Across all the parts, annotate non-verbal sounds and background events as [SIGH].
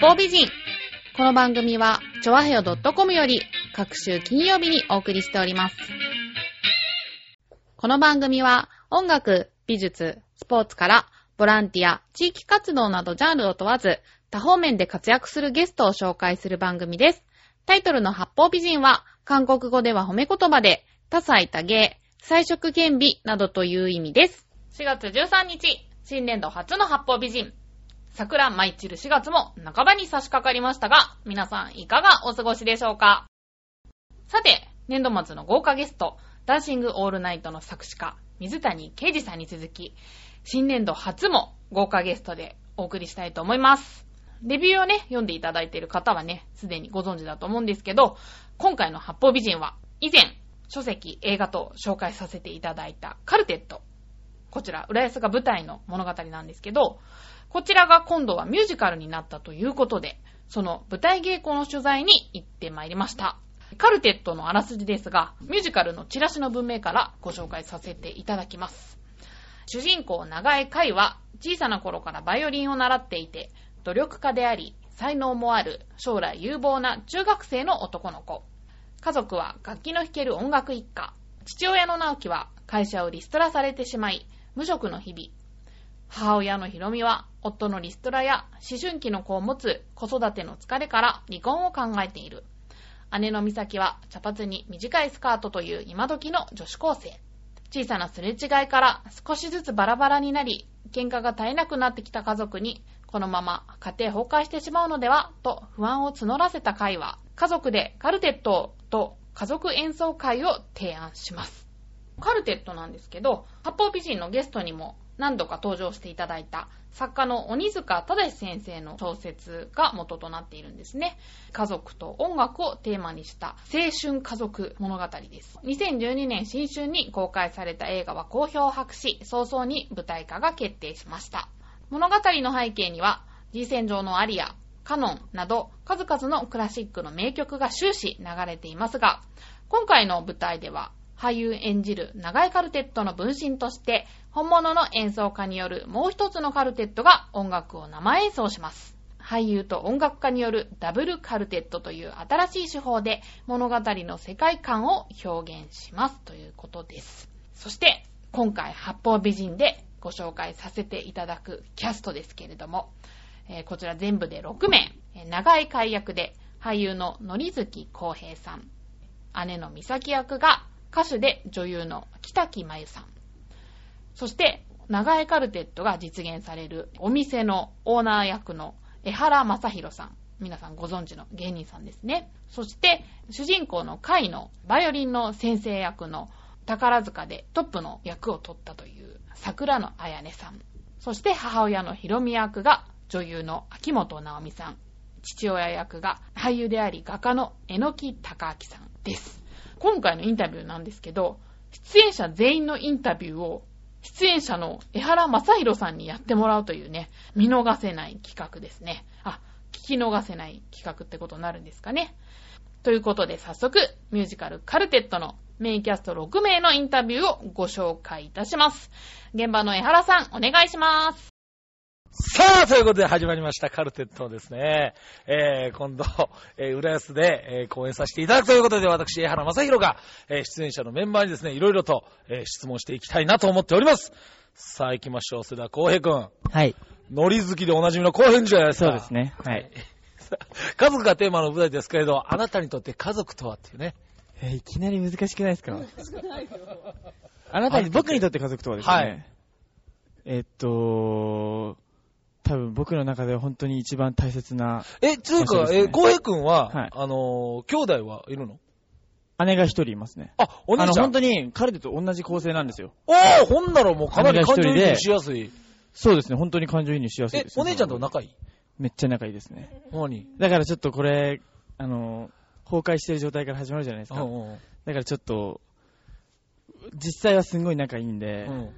方美人。この番組は、ちょわへよ .com より、各週金曜日にお送りしております。この番組は、音楽、美術、スポーツから、ボランティア、地域活動などジャンルを問わず、多方面で活躍するゲストを紹介する番組です。タイトルの八方美人は、韓国語では褒め言葉で、多彩多芸、彩色兼美などという意味です。4月13日、新年度初の八方美人。桜舞い散る4月も半ばに差し掛かりましたが、皆さんいかがお過ごしでしょうかさて、年度末の豪華ゲスト、ダンシングオールナイトの作詞家、水谷啓二さんに続き、新年度初も豪華ゲストでお送りしたいと思います。レビューをね、読んでいただいている方はね、すでにご存知だと思うんですけど、今回の八方美人は、以前、書籍、映画と紹介させていただいたカルテット。こちら、浦安が舞台の物語なんですけど、こちらが今度はミュージカルになったということで、その舞台稽古の取材に行ってまいりました。カルテットのあらすじですが、ミュージカルのチラシの文明からご紹介させていただきます。主人公長江海は小さな頃からバイオリンを習っていて、努力家であり、才能もある将来有望な中学生の男の子。家族は楽器の弾ける音楽一家。父親の直樹は会社をリストラされてしまい、無職の日々。母親のひろみは夫のリストラや思春期の子を持つ子育ての疲れから離婚を考えている。姉の美咲は茶髪に短いスカートという今時の女子高生。小さなすれ違いから少しずつバラバラになり、喧嘩が絶えなくなってきた家族に、このまま家庭崩壊してしまうのではと不安を募らせた会は、家族でカルテットをと家族演奏会を提案します。カルテットなんですけど、八方美人のゲストにも何度か登場していただいた作家の鬼塚忠先生の小説が元となっているんですね。家族と音楽をテーマにした青春家族物語です。2012年新春に公開された映画は好評を博し、早々に舞台化が決定しました。物語の背景には、G 戦場のアリア、カノンなど数々のクラシックの名曲が終始流れていますが、今回の舞台では俳優演じる長井カルテットの分身として本物の演奏家によるもう一つのカルテットが音楽を生演奏します。俳優と音楽家によるダブルカルテットという新しい手法で物語の世界観を表現しますということです。そして今回八方美人でご紹介させていただくキャストですけれども、えーこちら全部で6名、えー長い解役で俳優ののりずきこうへいさん、姉の美咲役が歌手で女優の北木真由さん、そして長江カルテットが実現されるお店のオーナー役の江原正宏さん、皆さんご存知の芸人さんですね。そして主人公の海のバイオリンの先生役の宝塚でトップの役を取ったという桜の彩音さん。そして母親のひろみ役が女優の秋元直美さん。父親役が俳優であり画家の榎木隆明さんです。今回のインタビューなんですけど、出演者全員のインタビューを出演者の江原正宏さんにやってもらうというね、見逃せない企画ですね。あ、聞き逃せない企画ってことになるんですかね。ということで早速、ミュージカルカルテットのメインキャスト6名のインタビューをご紹介いたします。現場の江原さん、お願いします。さあ、ということで始まりましたカルテットですね。えー、今度、えー、浦安で、えー、公演させていただくということで、私、江原正宏が、えー、出演者のメンバーにですね、いろいろと、えー、質問していきたいなと思っております。さあ、行きましょう。それでは、浩平くん。はい。ノリ好きでおなじみの浩平じゃないですか。そうですね。はい。さあ。家族がテーマの舞台ですけれど、あなたにとって家族とはっていうね。えーいきなり難しくないですかあなたに、僕にとって家族とはですね。はいえっと、多分僕の中では本当に一番大切な、え、つうそうか、ですねえー、浩平くんは、はいあのー兄弟はいるの姉が一人いますね。あ、おあ姉の、ちゃ本ん。当に彼と同じ構成なんですよ。おー、ほんならもうかなり感情移入しやすい。そうですね、本当に感情移入しやすいえで、す、ね。お姉ちゃんと仲いいめっちゃ仲いいですね。何だからちょっとこれ、あの、崩壊してる状態から始まるじゃないですうか。んうんだからちょっと、実際はすごい仲いいんで、うん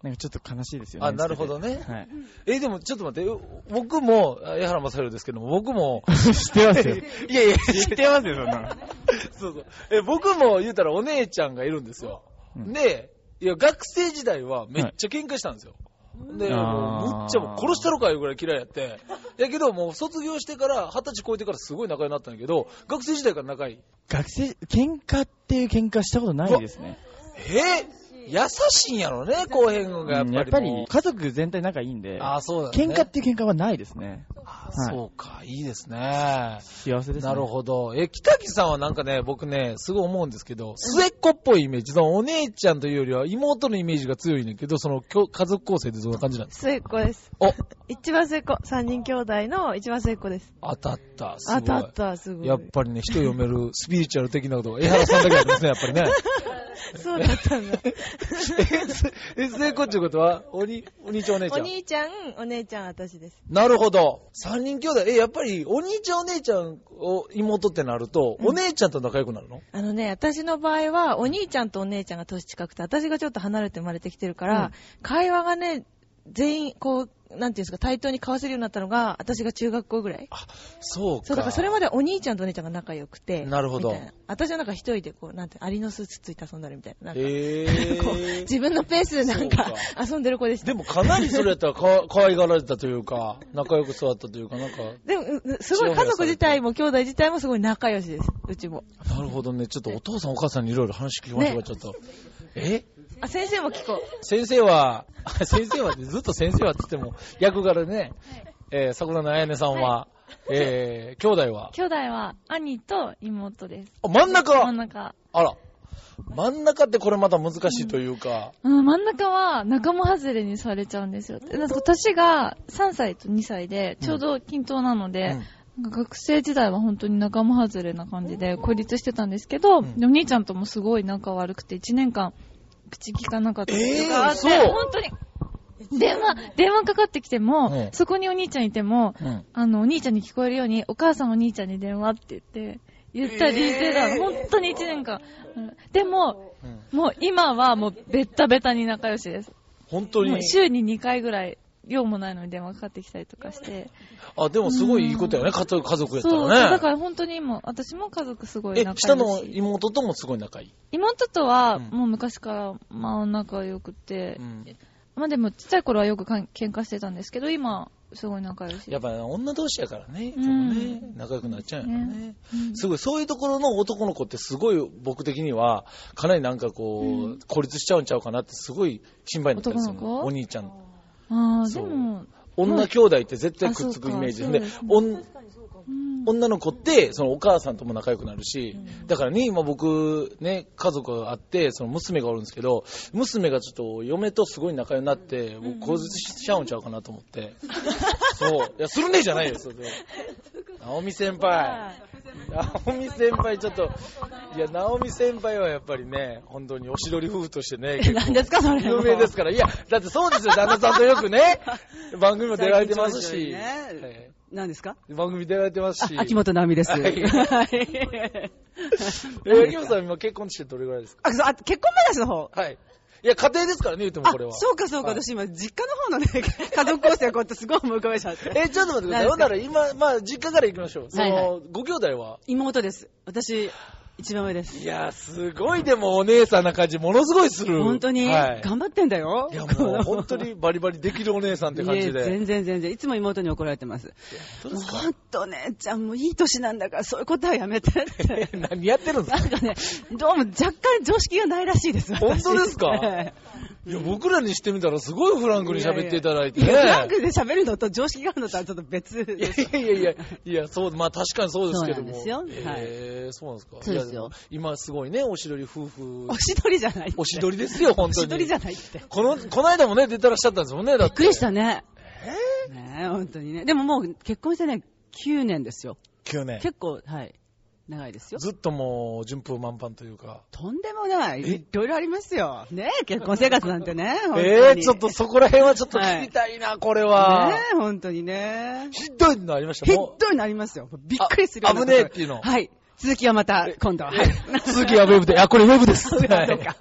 なんかちょっと悲しいですよね。あ、なるほどね。ね。はい。え、でもちょっと待って、僕も、あ江原正宏ですけども、僕も、知ってますよ。 [LAUGHS] いやいや、知ってますよ、そん [LAUGHS] なの。そうそう。え、僕も言うたらお姉ちゃんがいるんですよ。うんで、いや、学生時代はめっちゃ喧嘩したんですよ。で、あーもうむっちゃもう殺したろかいうぐらい嫌いやって。やけど、もう卒業してから、二十歳超えてからすごい仲良くなったんやけど、学生時代から仲いい。 [LAUGHS] 学生、喧嘩っていう喧嘩したことないですね。えー、優しいんやろね、後編がやっぱうんり。やっぱり家族全体仲いいんで、ああ、そうだね。喧嘩っていう喧嘩はないですね。あはいそうか、いいですね。幸せですね。なるほど。え、北木さんはなんかね、僕ね、すごい思うんですけど、末っ子っぽいイメージ、そのお姉ちゃんというよりは妹のイメージが強いねんだけど、そのきょ家族構成ってどんな感じなんですか末っ子です。お、一番末っ子。三人兄弟の一番末っ子です。当たった。すご当い。たった、すごい。やっぱりね、人読めるスピリチュアル的なことが、江原さんだけありますね、やっぱりね。 [LAUGHS] そうだったんだ。えすえ、末っ子っていうことは、おに、お兄ちゃん [LAUGHS] お姉おちゃん。兄ちゃん、お姉ちゃん、私です。なるほど。三人兄弟。え、やっぱり、お兄ちゃんお姉ちゃんを妹ってなると、お姉ちゃんと仲良くなるのあのね、私の場合は、お兄ちゃんとお姉ちゃんが年近くて、私がちょっと離れて生まれてきてるから、会話がね、全員、こう、なんていうんですか、対等に交わせるようになったのが、私が中学校ぐらい。そうか。そう、だからそれまではお兄ちゃんとお姉ちゃんが仲良くて。なるほどみたいな私はなんか一人でこう、なんて、アリのスーツついて遊んだりみたいな。なんかへ [LAUGHS] こうえ自分のペースでなんか遊んでる子でした。でもかなりそれやったらか [LAUGHS] わ可愛がられたというか、仲良く育ったというか、なんか、でも、ううすごい家族自体も兄弟自体もすごい仲良しです。うちも。なるほどね、ちょっとお父さんお母さんにいろいろ話聞きましょうか、ねちょっと。えあ、先生も聞こ [LAUGHS] 先生は、 [LAUGHS] 先生はってずっと先生はって言っても、役柄ね、えー桜のあやねさんは、えー、兄弟は、兄弟は兄と妹です。あ、真ん真ん中中。あら、真ん中ってこれまた難しいというか、うん、真ん中は仲間外れにされちゃうんですよ。でなんか年が3歳と2歳で、ちょうど均等なので、なんか学生時代は本当に仲間外れな感じで孤立してたんですけど、うんでお兄ちゃんともすごい仲悪くて1年間口聞かなかったりとかあって、えーそう本当に。電話、電話かかってきても、うんそこにお兄ちゃんいても、うん。うんあの、お兄ちゃんに聞こえるように、お母さんお兄ちゃんに電話って言って、言ったりしてたの。本当に1年間。うんでも、うんもう今はもうベッタベタに仲良しです。本当もにう。週に2回ぐらい、用もないのに電話かかってきたりとかして。あ、でもすごいいいことやね、家族家族やったそう、らだね。から本当に今、私も家族すごいえ、仲下良のし。妹ともすごい仲いい。妹とは、うんもう昔から、まあ仲良くて、うんまあでもちっちゃい頃はよくかん喧嘩してたんですけど、今、すごい仲良し。やっぱね女同士やからね、いつもねう仲良くなっちゃうよねねうんすごい、そういうところの男の子ってすごい僕的には、かなりなんかこう、うん孤立しちゃうんちゃうかなってすごい心配になったりするの男の子お兄ちゃん。ああ、そでうも、女兄弟って絶対くっつくイメージで、あそうかおんうん女の子ってそのお母さんとも仲良くなるし、だからね、今僕ね、家族があって、その娘がおるんですけど、娘がちょっと嫁とすごい仲良くなって、僕孤立しちゃうんちゃうかなと思って。そう。いや、するねえじゃない [LAUGHS] よ、それで。直美先輩。直美先輩、ちょっと、いや、直美先輩はやっぱりね、本当におしどり夫婦としてね、結構何ですかそれ有名ですから。いや、だってそうですよ、旦那さんとよく [LAUGHS] ね、番組も出られてます最近し、ちょいちょいねえ何ですかえ番組出られてますし、秋元奈美です。はいえー秋元さん今結婚してどれぐらいですか [LAUGHS] あそうあ結婚話の方。はい。いや、家庭ですからね、言ってもあこれは。そうかそうか、はい私今、実家の方のね、 [LAUGHS] 家族構成をこうやってすごい思い浮かべちゃって。え、ちょっと待ってください。ほんなら今、まあ、実家から行きましょう。その、はいはご兄弟は妹です。私、一番上です。いや、すごいでもお姉さんな感じ、ものすごいする。本当に、はい。頑張ってんだよ。いや、もう本当にバリバリできるお姉さんって感じ [LAUGHS] いえで。全然全然。いつも妹に怒られてます。どうですか本当ね、ちゃんもういい年なんだから、そういうことはやめて [LAUGHS] って。何やってるんです [LAUGHS] なかんかね、どうも若干常識がないら [LAUGHS] しいです。私本当ですかえいや、僕らにしてみたらすごいフランクに喋っていただいてえいね。やフランクで喋るのと常識があるのとはちょっと別いやです。いやいやいや、いや、そう、まあ確かにそうですけども。そうなんですよはいえーそうなんですか。そうですよいやも今すごいね、おしどり夫婦お。しどりじゃないって。おしどりですよ、本お当に。しどりじゃないって。この、この間もね、出てらっしゃったんですもんね、だっびて。っくりしたね。えねえ、本当にね。でももう結婚してね、9年ですよ。 9年。結構、はい。長いですよ。ずっともう、順風満帆というか。とんでもない。いろいろありますよ。ねえ、結婚生活なんてね。 [LAUGHS] えー、ちょっと。とそこら辺はちょっと聞きたいな、これは。ねえ、本当にね。ひどいのありました、ひっもどいなりますよ。びっくりするようなことあ危ねえっていうのはい。続きはまた、今度は。はい。う。続きはウェブで、あ、これウェブです。 [LAUGHS] そうか、そうはかい。そうか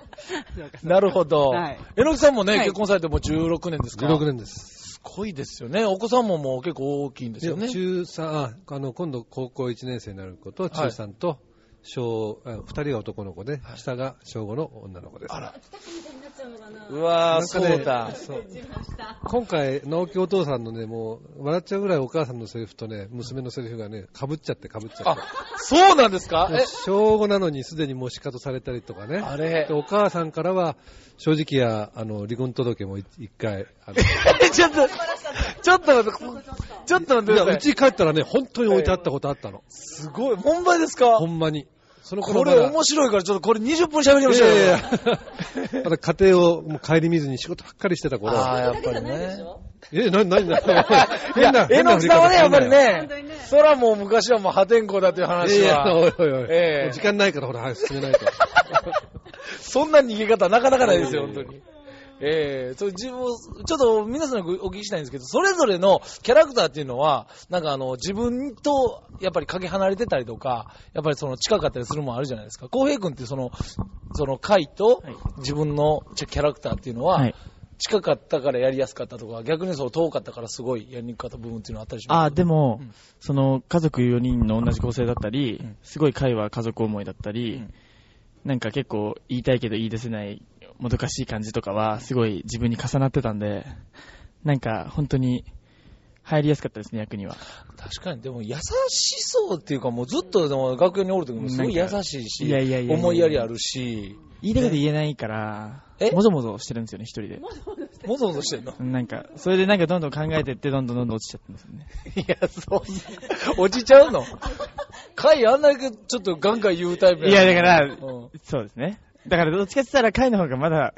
そうかなるほど。はいえのきさんもね、はい結婚されてもう16年ですか16年です。すごいですよね。お子さんももう結構大きいんですよね。中3、ああの、今度高校1年生になること、中3と、小、あ二人が男の子で、下が小5の女の子です。あら。うわー、なんかそうねだ。そう今回、直樹お父さんのね、もう、笑っちゃうぐらいお母さんのセリフとね、娘のセリフがね、被っちゃって被っちゃあって。、そうなんですかもうえ、小5なのにすでにもう仕方されたりとかね。あれで。お母さんからは、正直や、あの、離婚届もい一回、あの、えちょっと、ちょっと待って、ちょっと待ってくだいさやい。うち帰ったらね、本当に置いてあったことあったの。すごい、本番ですかほんまに。その頃こまれだ面白いから、ちょっとこれ20分喋りましょうよ。いやいやいや [LAUGHS] まだ家庭をもう顧みずに仕事ばっかりしてた頃。ああ、やっぱりね。え、な、な、 [LAUGHS] な、いや変な、、え変なのき振りさん方はね、やっぱりすんなよ。ね、そらもう昔はもう破天荒だといういや話いや、おは、いおいおい。ええもう時間ないから、ほら、早く進め [LAUGHS] ないと。そんな逃げ方なかなかないですよ、本当に。ええそれ自分を、ちょっと皆さんにお聞きしたいんですけど、それぞれのキャラクターっていうのは、なんかあの、自分とやっぱりかけ離れてたりとか、やっぱりその近かったりするもんあるじゃないですか。浩平君ってその、その回と自分のキャラクターっていうのは、はい。近かったからやりやすかったとか、逆にそう遠かったからすごいやりにくかった部分っていうのはあったりしますああ、でも、うんその家族4人の同じ構成だったり、うんすごい会話家族思いだったり、うんなんか結構言いたいけど言い出せないもどかしい感じとかは、すごい自分に重なってたんで、なんか本当に入りやすかったですね、役には。確かに、でも優しそうっていうか、もうずっとでも学園におる時もすごい優しいし、いやいやいやいや思いやりあるし、言いたいけど言えないから、えもぞもぞしてるんですよね、一人で。もぞもぞ [LAUGHS] してんのなんか、それでなんかどんどん考えてって、どんどんどんどん落ちちゃったんですよね。いや、そう、落ちちゃうの回あんだけちょっとガンガン言うタイプいや、だかから、うんそうですね。だからどっちかって言ったら、会の方がまだ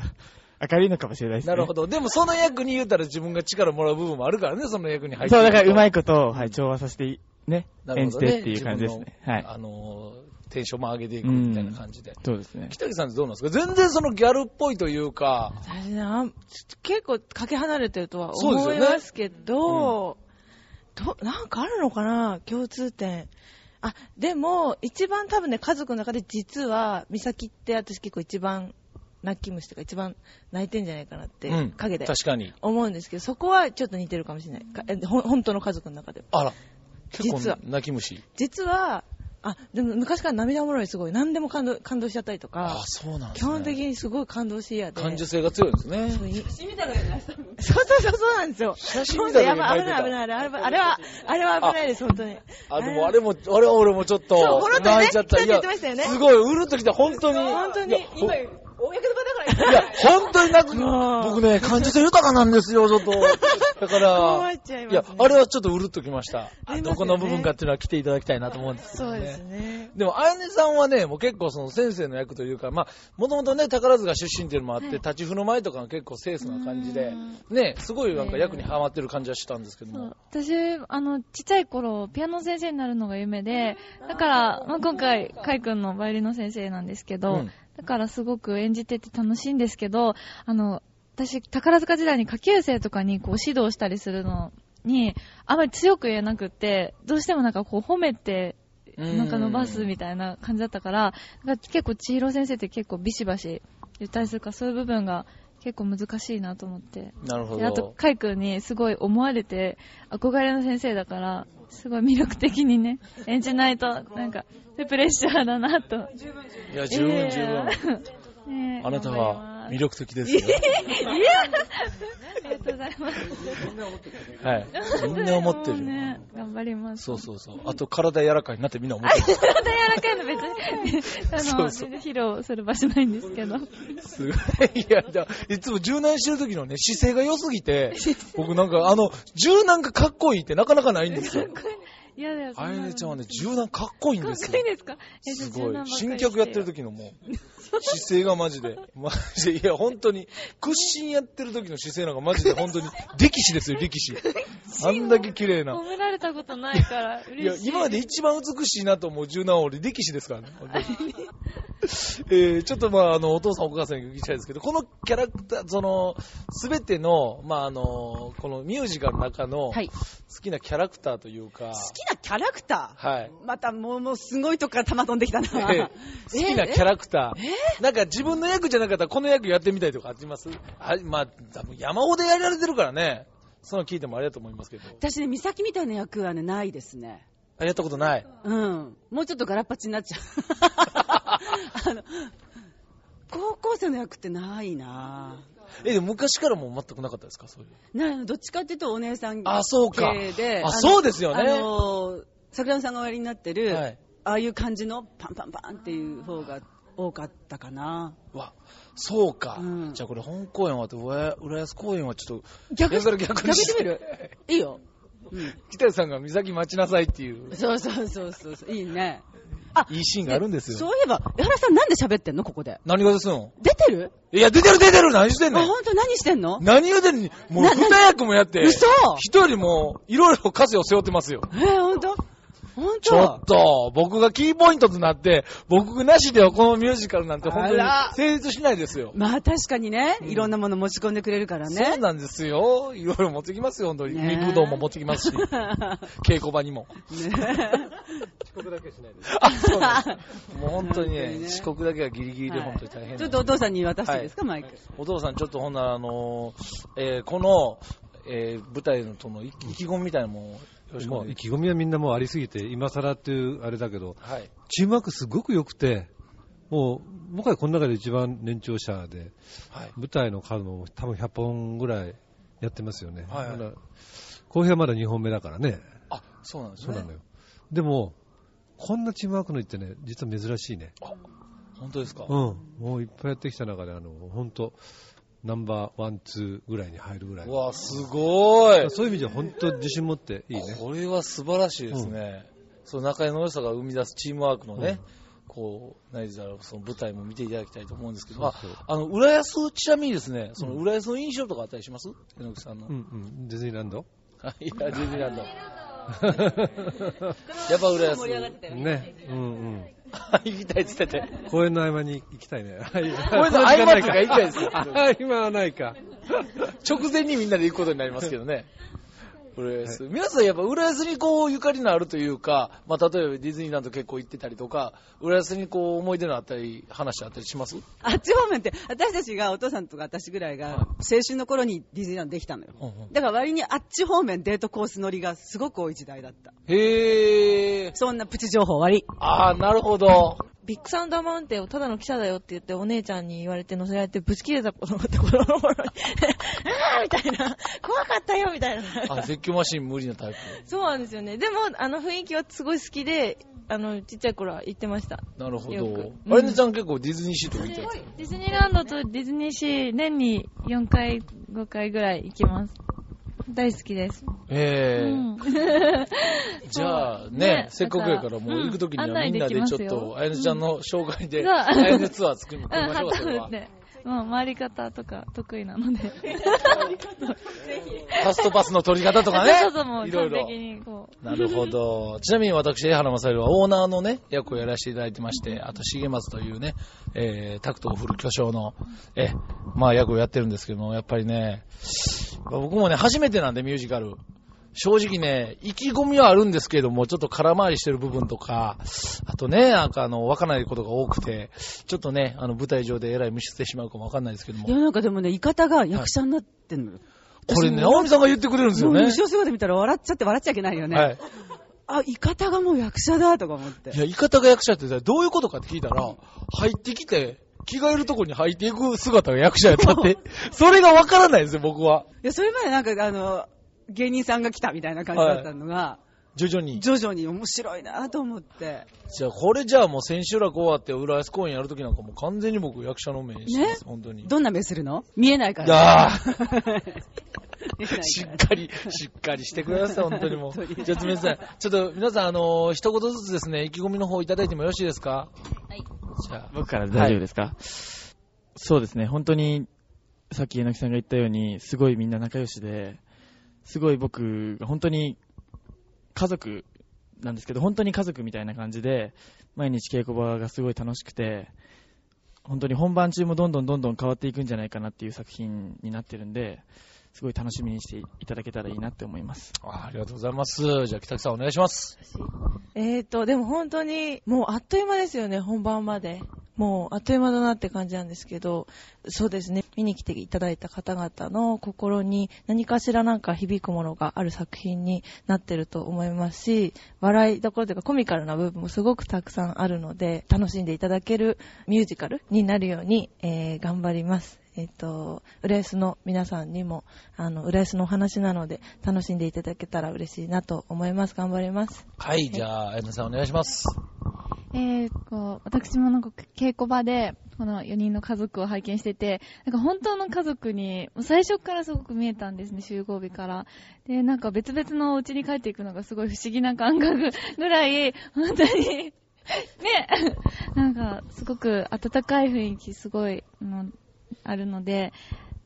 明るいのかもしれないですね。なるほど。でもその役に言うたら自分が力もらう部分もあるからね、その役に入ってそう、だからうまい。いことを、はい、調和させてい、ね、なる演ほじどてね。っていう感じですね。自分のはい。あのー、テンションも上げていくみたいな感じで。そうですね。北木さんってどうなんですか全然そのギャルっぽいというか、私ねあん結構かけ離れてるとはそうですよ思ねいますけど、どなんかあるのかな共通点。あ、でも、一番多分ね、家族の中で実は、美咲って私結構一番、泣き虫とか一番泣いてんじゃないかなって、うん陰で確かに。思うんですけど、そこはちょっと似てるかもしれない。かえほん本当の家族の中で。あら、結構実は泣き虫。実は、あ、でも昔から涙もろいすごい、何でも感動感動しちゃったりとあか、そうなんで基すね。本的にすごい感動しやで。感受性が強いですね。そういそうそうそうそうなんですよ。写真見た時にやば書いい危てないた危ないあれはあれはあれは危ないです本当に。あ、でもあれも、あれは俺もちょっそうとほろっ、とね泣いちゃった。来たって言ってましたよねすごい、うるっときた、本当に。本当いやにほ今い公の場だからや、本当に泣く。ん僕ね、感受性豊かなんですよ、ちょっと。だから、困っちゃいますいやね、あれはちょっとうるっときました。ありますよねどこの部分かっていうのは来ていただきたいなと思うんですけどそね。うですね。でも、あやねさんはね、もう結構その先生の役というか、まあ、もともとね、宝塚出身っていうのもあって、立ち振る舞いとかが結構清楚な感じで、ね、すごいなんか役にハマってる感じはしたんですけどそうも。私、あの、ちっちゃい頃、ピアノ先生になるのが夢で、だから、まあ、今回、カイ君のバイオリンの先生なんですけど、うんだからすごく演じてて楽しいんですけど、あの、私、宝塚時代に下級生とかにこう指導したりするのに、あまり強く言えなくって、どうしてもなんかこう褒めて、なんか伸ばすみたいな感じだったから、なんか結構千尋先生って結構ビシバシ言ったりするから、そういう部分が結構難しいなと思って。なるほであとど、。カイ君にすごい思われて、憧れの先生だから、すごい魅力的に [LAUGHS] ね、演じないと、なんか、プレッシャーだなと。いや、十分ええ十分。ねえあなた頑は張魅りま力す的ですよ。ありがとうございます。はい。みんな思ってもうるよ。ね、頑張ります。そうそうそう。あと、体柔らかになってみんな思ってる。体柔らかいの別に、あの、そうそう全然披露する場所ないんですけど。すごい。 [LAUGHS] いや、だいつも柔軟してる時のね、姿勢が良すぎ [LAUGHS] て、僕なんか、あの、柔軟がかっこいいってなかなかないんですよ。いやだよ、そあなやのねちゃんはね、柔軟かっこいいんかっですこいいよん。ですかえすじゃあごい柔軟ばっ。かりして新脚やってる時のもう、姿勢がマジで、マジで、いや、本当に、屈伸やってる時の姿勢なんかマジで本当に、力士ですよ、力 [LAUGHS] 士。あんだけ綺麗な。褒められたことないから、いや嬉しい。、今まで一番美しいなと思う柔軟王、力士ですからね。 [LAUGHS] えー、ちょっとまあ、あの、お父さんお母さんに聞きたいですけど、このキャラクター、その、すべての、まあ、あの、このミュージカルの中の、はい好きなキャラクターというか、好きなキャラクターはい。またもう、もうすごいとこから弾飛んでき [LAUGHS] たな。えー好きなキャラクター、なんか自分の役じゃなかったらこの役やってみたいとかありますあまあ、多分山ほどやられてるからね、その聞いてもあれだと思いますけど。私ね、美咲みたいな役はね、ないですね。あやったことない。うん。もう [LAUGHS] ちょっとガラパチになっちゃう。あの、高校生の役ってないなぁえ、でも昔からもう全くなかったですかそういう。ないどっちかっていうとお姉さんあそうか系で。あのそうですよねあの、桜井さんがおやりになってる、はいああいう感じのパンパンパンっていう方が多かったかなうわ、そうか。うんじゃあこれ本公演終わって浦、浦安公演はちょっと、逆いやそれ逆にして逆にしてみるいいよ。うん。北谷さんが三崎待ちなさいっていう、そうそうそうそうそう。いいね。あ、いいシーンがあるんですそうよ。いえば、江原さんなんで喋ってんのここで。何がですの出てるいや、出てる出てる何してあ、んのほんと何してんの何言うてんのもうな二役もやって、嘘一人もういろいろ枷を背負ってますよ。えー、ほんとほんとちょっと、僕がキーポイントとなって、僕なしではこのミュージカルなんて本当にあら成立しないですよ。まあ確かにね、いろんなもの持ち込んでくれるからそうね。なんですよ。いろいろ持ってきますよ、本当に。ねえ肉道も持ってき [LAUGHS] ますし、稽古場にも。遅刻だけしないで。あ、そうなんです。もう本当に本当にね、ね遅刻だけはギリギリで本当に大変なんちでょっすとお父さんに渡していいですか、マイク。お父さん、ちょっとほんなら、あのーえーこの、えー舞台のとの意気込みみたいなのも、よろしくおも願ういし意気込みはみんなもうありすぎて、今更っていうあれだけど、ます。はい。チームワークすごく良くて、もう僕はこの中で一番年長者で、はい。舞台の数も多分100本ぐらいやってますよね。はいはいまだ後編はまだ2本目だからね。あ、そうなんですそうね。なのよ。でも、こんなチームワークのいってね、実は珍しいね。本当ですか、。うん。もういっぱいやってきた中で、あの、本当ナンバーワン、ツーぐらいに入るぐらいうわ、すごい。そういう意味じゃ本当自信持っていいね。これは素晴らしいですね。その中井の良さが生み出すチームワークのね、こう、何だろう、その舞台も見ていただきたいと思うんですけど、まそうそうあ、あの、浦安、ちなみにですね、その浦安の印象とかあったりします榎木さ [LAUGHS] んの。うんうん。ディズニーランドはい、い [LAUGHS] や、ディズニーランド。やっぱ浦安。ね。うんうん。 [LAUGHS] 行きたいっつってて。公演の合間に行きたいね。公演 [LAUGHS] これの合間とか行きたいです [LAUGHS] よ。今はないか。直前にみんなで行くことになりますけ [LAUGHS] どね。浦安。皆さんやっぱ浦安にこうゆかりのあるというか、まあ例えばディズニーランド結構行ってたりとか、浦安にこう思い出のあったり、話あったりしますあっち方面って、私たちが、お父さんとか私ぐらいが、青春の頃にディズニーランドできたのよ。だから割にあっち方面デートコース乗りがすごく多い時代だった。へー。そんなプチ情報割り。あー、なるほど。ビッグサウンダーマウンテンをただの記者だよって言ってお姉ちゃんに言われて乗せられてぶち切れたことがあって、この頃にあー [LAUGHS] みたいな。怖かったよみたいな。あ、 [LAUGHS] 絶叫マシン無理なタイプ。そうなんですよね。でも、あの雰囲気はすごい好きで、あの、ちっちゃい頃は行ってました。なるほよどく。あれねちゃん結構ディズニーシーとか行ってるディズニーランドとディズニーシー、年に4回、5回ぐらい行きます。大好きです。えうー。ん。じゃあね、ねせっかくやからもう行くときにうんはみ案内んでなきでますちよょっと、あやねちゃんの紹介で、そうあやねツアー作りまうん、しょうか、それ旗振はっ。て。もう回り方とか得意なので。ファストパスの取り方とかね。 [LAUGHS] そうそうそう、もういろい完ろ。璧にこう。なるほ [LAUGHS] ど。ちなみに私、江原正宏はオーナーのね、役をやらせていただいてまして、あと、重松というね、えー、タクトを振る巨匠の、え、まあ役をやってるんですけども、やっぱりね、まあ僕もね、初めてなんでミュージカル。正直ね、意気込みはあるんですけれども、ちょっと空回りしてる部分とか、あとね、なんかあの、わからないことが多くて、ちょっとね、あの、舞台上でえらい無視してしまうかもわかんないですけどいや、も、なんかでもね、言い方が役者になってんのよ。これね、直美さんが言ってくれるんですよもうね後。ろ姿見たら笑っちゃって笑っちゃいけないよね。はい。あ、言い方がもう役者だとか思ってい。や、イカタが役者って言ったらどういうことかって聞いたら、入ってきて、着替えるとこに入っていく姿が役者やった [LAUGHS] って、それがわからないですよ、僕は。いや、それまでなんか、あの、芸人さんが来たみたいな感じだったのが、徐々に。徐々に面白いなと思って。じゃあ、これじゃあもう千秋楽終わって、浦安公演やるときなんかもう完全に僕役者の目にしてます、ね本当に。どんな目するの見えないかいら。やー。見えないしっかかり、しっかりしてく [LAUGHS] ださい、本当にも本当う。にじゃあ、すみません。ちょっと、皆さん、あのー一言ずつですね、意気込みの方いただいてもよろしいですかはい。じゃあ、僕からで大丈夫ですか、そうですね、本当に、さっき榎木さんが言ったように、すごいみんな仲良しで、すごい僕、本当に家族なんですけど、本当に家族みたいな感じで、毎日稽古場がすごい楽しくて、本当に本番中もどんどんどんどん変わっていくんじゃないかなっていう作品になってるんで、すごい楽しみにしていただけたらいいなって思います。あありがとうございます。じゃあ、北木さんお願いします。えーと、でも本当に、もうあっという間ですよね、本番まで。もうあっという間だなって感じなんですけど、そうですね、見に来ていただいた方々の心に何かしらなんか響くものがある作品になってると思いますし、笑いどころというかコミカルな部分もすごくたくさんあるので、楽しんでいただけるミュージカルになるように、えー頑張ります。えっ、と、浦安の皆さんにも、あの、浦安のお話なので、楽しんでいただけたら嬉しいなと思います。頑張ります。はい、じゃあ、あやめさんお願いします。えー、こう、私もなんか稽古場で、この4人の家族を拝見してて、なんか本当の家族に、もう最初からすごく見えたんですね、集合日から。で、なんか別々のお家に帰っていくのがすごい不思議な感覚ぐらい、本当に、ね、なんかすごく温かい雰囲気すごい、あのあるので、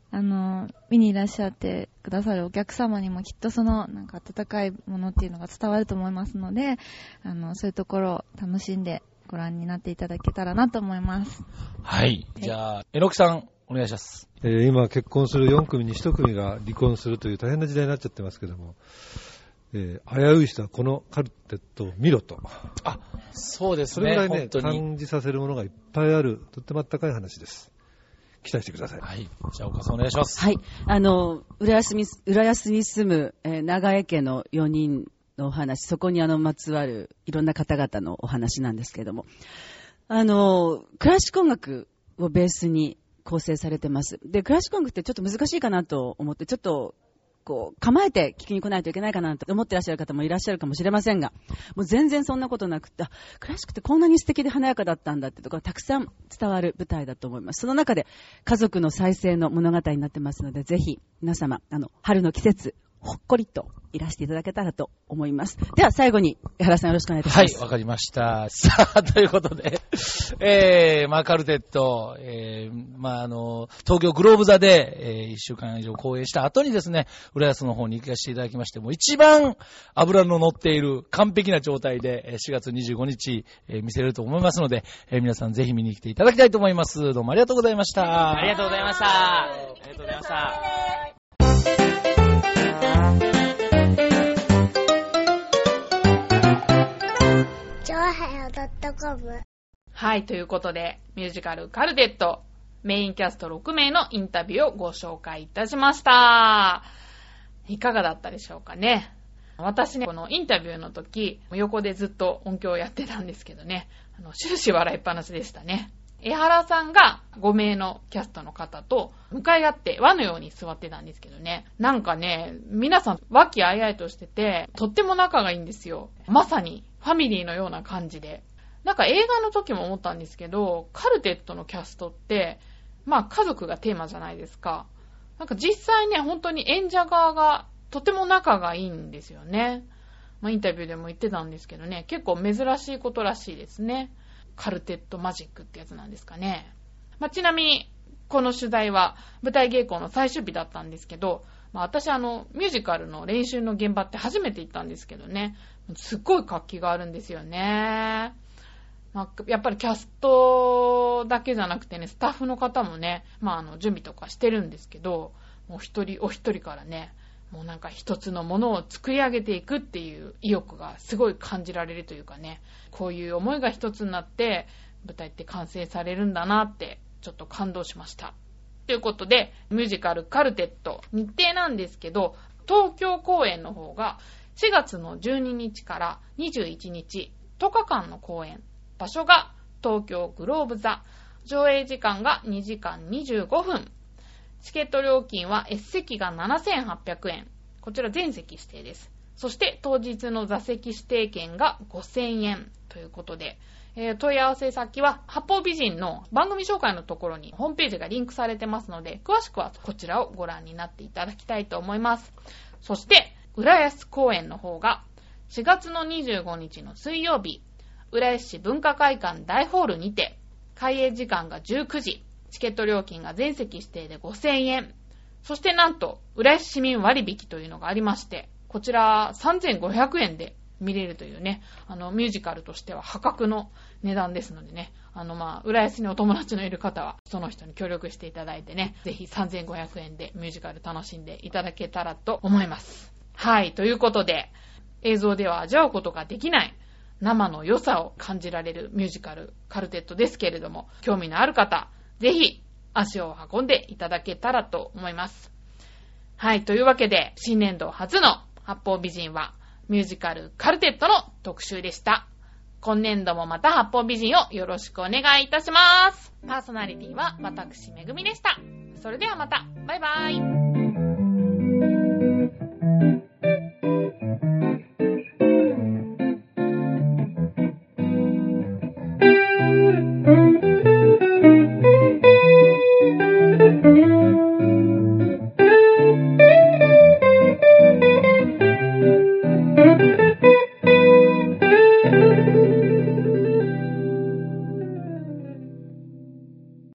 あの、見にいらっしゃってくださるお客様にもきっとその、なんか温かいものっていうのが伝わると思いますので、あの、そういうところを楽しんでご覧になっていただけたらなと思います。はい、じゃあ、えのきさんお願いします。えー今結婚する4組に1組が離婚するという大変な時代になっちゃってますけども、えー危うい人はこのカルテットを見ろと。あ、そうですそれぐらいね本当に。感じさせるものがいっぱいある、とってもあったかい話です。期待してください。はい、じゃあ、岡さんお願いします。はい。あの、浦安に、浦安に住む、えー長江家の4人のお話、そこにあの、まつわるいろんな方々のお話なんですけれども、あの、クラシック音楽をベースに構成されてます。で、クラシック音楽ってちょっと難しいかなと思って、ちょっと、こう、構えて聞きに来ないといけないかなと思ってらっしゃる方もいらっしゃるかもしれませんが、もう全然そんなことなくて、あクラシックってこんなに素敵で華やかだったんだってところがたくさん伝わる舞台だと思います。その中で家族の再生の物語になってますので、ぜひ皆様、あの、春の季節、ほっこりといらしていただけたらと思います。では最後に、江原さんよろしくお願いいたしはまい、す。わかりました。 [LAUGHS] さあ、ということで、えー、まあ、カルテット、えー、まあ、あの、東京グローブ座で、えー、一週間以上公演した後にですね、浦安の方に行かせていただきまして、もう一番油の乗っている完璧な状態で、えー4月25日、えー見せれると思いますので、えー皆さんぜひ見に来ていただきたいと思います。どうもありがとうございました。ありがとうございました。ありがとうございました。チョアヘオ .com はい、ということで、ミュージカルカルテット、メインキャスト6名のインタビューをご紹介いたしました。いかがだったでしょうかね。私ね、このインタビューの時、横でずっと音響をやってたんですけどね、あの終始笑いっぱなしでしたね。江原さんが5名のキャストの方と向かい合って輪のように座ってたんですけどね。なんかね、皆さん和気あいあいとしてて、とっても仲がいいんですよ。まさにファミリーのような感じで。なんか映画の時も思ったんですけど、カルテットのキャストって、まあ家族がテーマじゃないですか。なんか実際ね、本当に演者側がとても仲がいいんですよね。まあインタビューでも言ってたんですけどね、結構珍しいことらしいですね。カルテットマジックってやつなんですかね。まあちなみに、この取材は舞台稽古の最終日だったんですけど、まあ私あの、ミュージカルの練習の現場って初めて行ったんですけどね、すっごい活気があるんですよね。まあ、やっぱりキャストだけじゃなくてね、スタッフの方もね、まあ、あの、準備とかしてるんですけど、もう一人お一人からね、もうなんか一つのものを作り上げていくっていう意欲がすごい感じられるというかね、こういう思いが一つになって、舞台って完成されるんだなって、ちょっと感動しました。ということで、ミュージカルカルテット、日程なんですけど、東京公演の方が4月の12日から21日、10日間の公演、場所が東京グローブ座、上映時間が2時間25分、チケット料金は S 席が7800円、こちら全席指定です。そして当日の座席指定券が5000円ということで、えー問い合わせ先は、八方美人の番組紹介のところにホームページがリンクされてますので、詳しくはこちらをご覧になっていただきたいと思います。そして、浦安公園の方が、4月の25日の水曜日、浦安市文化会館大ホールにて、開演時間が19時、チケット料金が全席指定で5000円。そしてなんと、浦安市民割引というのがありまして、こちら3500円で見れるというね、あの、ミュージカルとしては破格の値段ですのでね、あの、まあ、浦安にお友達のいる方は、その人に協力していただいてね、ぜひ3500円でミュージカル楽しんでいただけたらと思います。はい、ということで、映像では味わうことができない、生の良さを感じられるミュージカル、カルテットですけれども、興味のある方、ぜひ足を運んでいただけたらと思います。はい、というわけで、新年度初の八方美人は、ミュージカルカルテットの特集でした。今年度もまた八方美人をよろしくお願いいたします。パーソナリティは私、めぐみでした。それではまた、バイバイ。